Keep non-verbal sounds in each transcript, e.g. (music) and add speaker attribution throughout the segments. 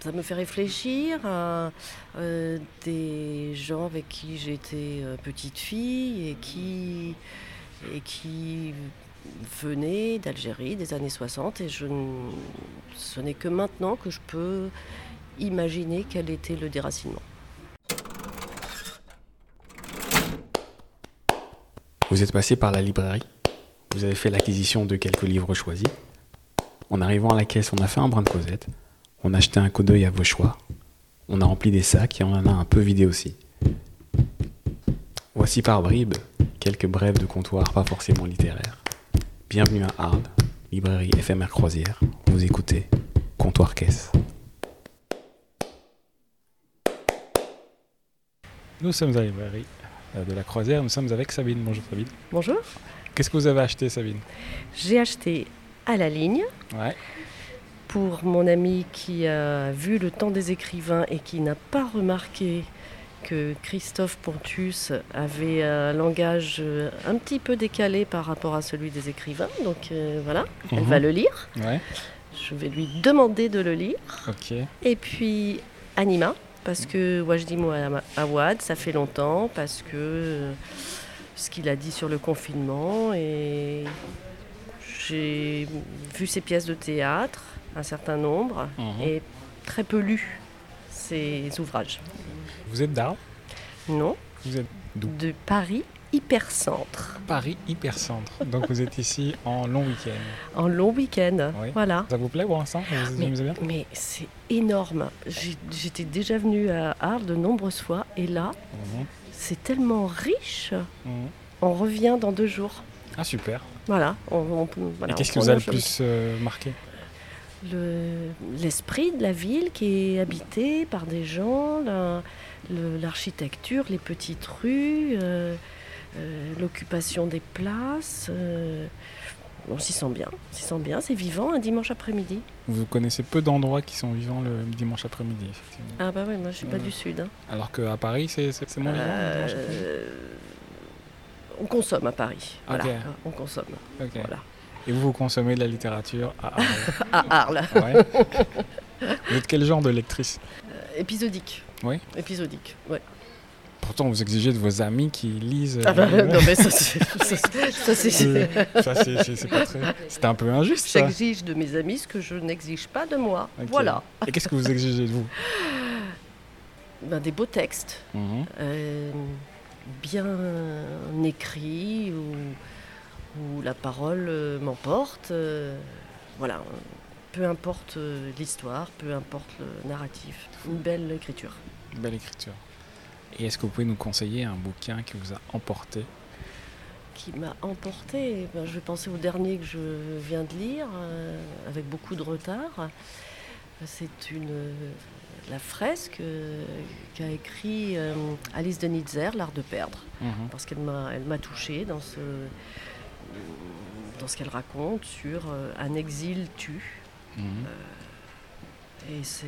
Speaker 1: ça me fait réfléchir à euh, des gens avec qui j'étais euh, petite fille et qui, et qui venaient d'Algérie des années 60 et je, n- ce n'est que maintenant que je peux imaginer quel était le déracinement.
Speaker 2: Vous êtes passé par la librairie, vous avez fait l'acquisition de quelques livres choisis. En arrivant à la caisse, on a fait un brin de causette, on a jeté un coup d'œil à vos choix, on a rempli des sacs et on en a un peu vidé aussi. Voici par bribes quelques brèves de comptoir pas forcément littéraires. Bienvenue à Arles, librairie éphémère croisière. Vous écoutez Comptoir Caisse.
Speaker 3: Nous sommes à la librairie euh, de la Croisière. Nous sommes avec Sabine. Bonjour Sabine.
Speaker 1: Bonjour,
Speaker 3: Qu'est-ce que vous avez acheté Sabine
Speaker 1: j'ai acheté à la ligne
Speaker 3: Ouais.
Speaker 1: pour mon ami qui a vu le temps des écrivains et qui n'a pas remarqué que Christophe Pontus avait un langage euh, un petit peu décalé par rapport à celui des écrivains. Donc euh, voilà, elle va le lire.
Speaker 3: Mhm. Ouais.
Speaker 1: Je vais lui demander de le lire.
Speaker 3: Ok.
Speaker 1: Et puis Anima, parce que Wajdi Mohamed Awad, ça fait longtemps, parce que euh, ce qu'il a dit sur le confinement, et j'ai vu ses pièces de théâtre, un certain nombre,
Speaker 3: Mhm.
Speaker 1: et très peu lu ses ouvrages.
Speaker 3: Vous êtes d'Arles.
Speaker 1: Non,
Speaker 3: Vous êtes d'où
Speaker 1: de Paris Hypercentre,
Speaker 3: Paris hypercentre. Donc vous êtes ici en long week-end.
Speaker 1: en long week-end.
Speaker 3: Oui.
Speaker 1: Voilà.
Speaker 3: Ça vous plaît pour l'instant Vous vous
Speaker 1: Mais,
Speaker 3: amusez bien
Speaker 1: mais c'est énorme. J'ai- J'étais déjà venue à Arles de nombreuses fois, et là,
Speaker 3: Mhm.
Speaker 1: c'est tellement riche.
Speaker 3: Mhm.
Speaker 1: On revient dans deux jours.
Speaker 3: Ah super.
Speaker 1: Voilà. on- on peut- voilà,
Speaker 3: Et qu'est-ce
Speaker 1: on
Speaker 3: qui vous a le
Speaker 1: prolonge
Speaker 3: plus euh, marqué
Speaker 1: le- L'esprit de la ville qui est habitée par des gens, la- le- l'architecture, les petites rues, euh, euh, l'occupation des places. euh, on s'y sent bien, on s'y sent bien, c'est vivant un dimanche après-midi.
Speaker 3: Vous connaissez peu d'endroits qui sont vivants le dimanche après-midi. effectivement.
Speaker 1: Ah bah oui, moi je suis pas
Speaker 3: Ouais.
Speaker 1: du sud. hein.
Speaker 3: Alors qu'à Paris, c'est c'est- c'est moins vivant le dimanche après-midi.
Speaker 1: Euh, on consomme à Paris, voilà, hein,
Speaker 3: Ok.
Speaker 1: on consomme.
Speaker 3: Ok.
Speaker 1: Voilà.
Speaker 3: Et vous, vous consommez de la littérature à Arles.
Speaker 1: À Arles. (laughs)
Speaker 3: Ouais. Vous êtes quel genre de lectrice
Speaker 1: Épisodique.
Speaker 3: Oui.
Speaker 1: Épisodique, ouais.
Speaker 3: Pourtant, vous exigez de vos amis qui lisent.
Speaker 1: Ah bah,
Speaker 3: euh,
Speaker 1: non mais ça c'est... ça, c'est- ça,
Speaker 3: (laughs)
Speaker 1: c'est-
Speaker 3: que- ça, c'est- c'est c'est pas très. C'était un peu injuste, ça.
Speaker 1: J'exige de mes amis ce que je n'exige pas de moi.
Speaker 3: Ok.
Speaker 1: Voilà.
Speaker 3: Et qu'est-ce que vous exigez de vous
Speaker 1: Ben, des beaux textes,
Speaker 3: (laughs) Mhm.
Speaker 1: euh, bien écrits, où, où la parole euh, m'emporte. euh, voilà. Peu importe euh, l'histoire, peu importe le narratif. Une belle écriture.
Speaker 3: Belle écriture. Et est-ce que vous pouvez nous conseiller un bouquin qui vous a emporté
Speaker 1: qui m'a emporté. Ben, je vais penser au dernier que je viens de lire, euh, avec beaucoup de retard. C'est une euh, la fresque euh, qu'a écrit euh, Alice de Nitzer, L'art de perdre,
Speaker 3: Mhm.
Speaker 1: parce qu'elle m'a elle m'a touchée dans ce dans ce qu'elle raconte sur euh, un exil tue
Speaker 3: Mhm.
Speaker 1: et c'est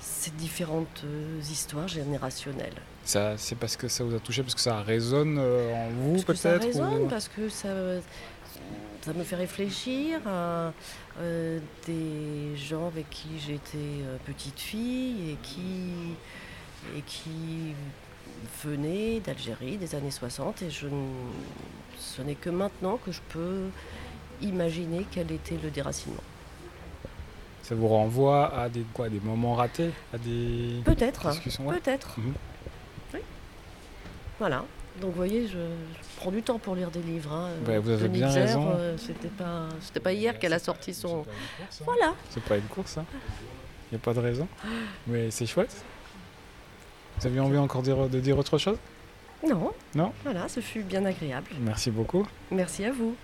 Speaker 1: ces différentes euh, histoires générationnelles.
Speaker 3: Ça, C'est parce que ça vous a touché, parce que ça résonne euh, en vous,
Speaker 1: Parce que ça
Speaker 3: peut-être ou-
Speaker 1: résonne, parce que ça, ça me fait réfléchir à euh, des gens avec qui j'étais euh, petite fille et qui, et qui venaient d'Algérie des années 60 et je, n- ce n'est que maintenant que je peux imaginer quel était le déracinement.
Speaker 3: Ça vous renvoie à des, quoi, des moments ratés À des
Speaker 1: Peut-être, hein,
Speaker 3: discussions ouais.
Speaker 1: peut-être.
Speaker 3: Mhm.
Speaker 1: Oui. Voilà. Donc vous voyez, je, je prends du temps pour lire des livres. hein.
Speaker 3: Bah, vous avez
Speaker 1: De
Speaker 3: bien
Speaker 1: Nitzer,
Speaker 3: raison.
Speaker 1: euh, C'était pas, c'était pas hier qu'elle a
Speaker 3: C'est
Speaker 1: sorti
Speaker 3: pas-
Speaker 1: son.
Speaker 3: c'est pas une course, hein.
Speaker 1: Voilà.
Speaker 3: C'est pas une course, hein. Il n'y a pas de
Speaker 1: (gasps)
Speaker 3: raison. Mais c'est chouette. Vous avez envie encore dire- de dire autre chose
Speaker 1: Non.
Speaker 3: Non
Speaker 1: Voilà, ce fut bien agréable.
Speaker 3: Merci beaucoup.
Speaker 1: Merci à vous.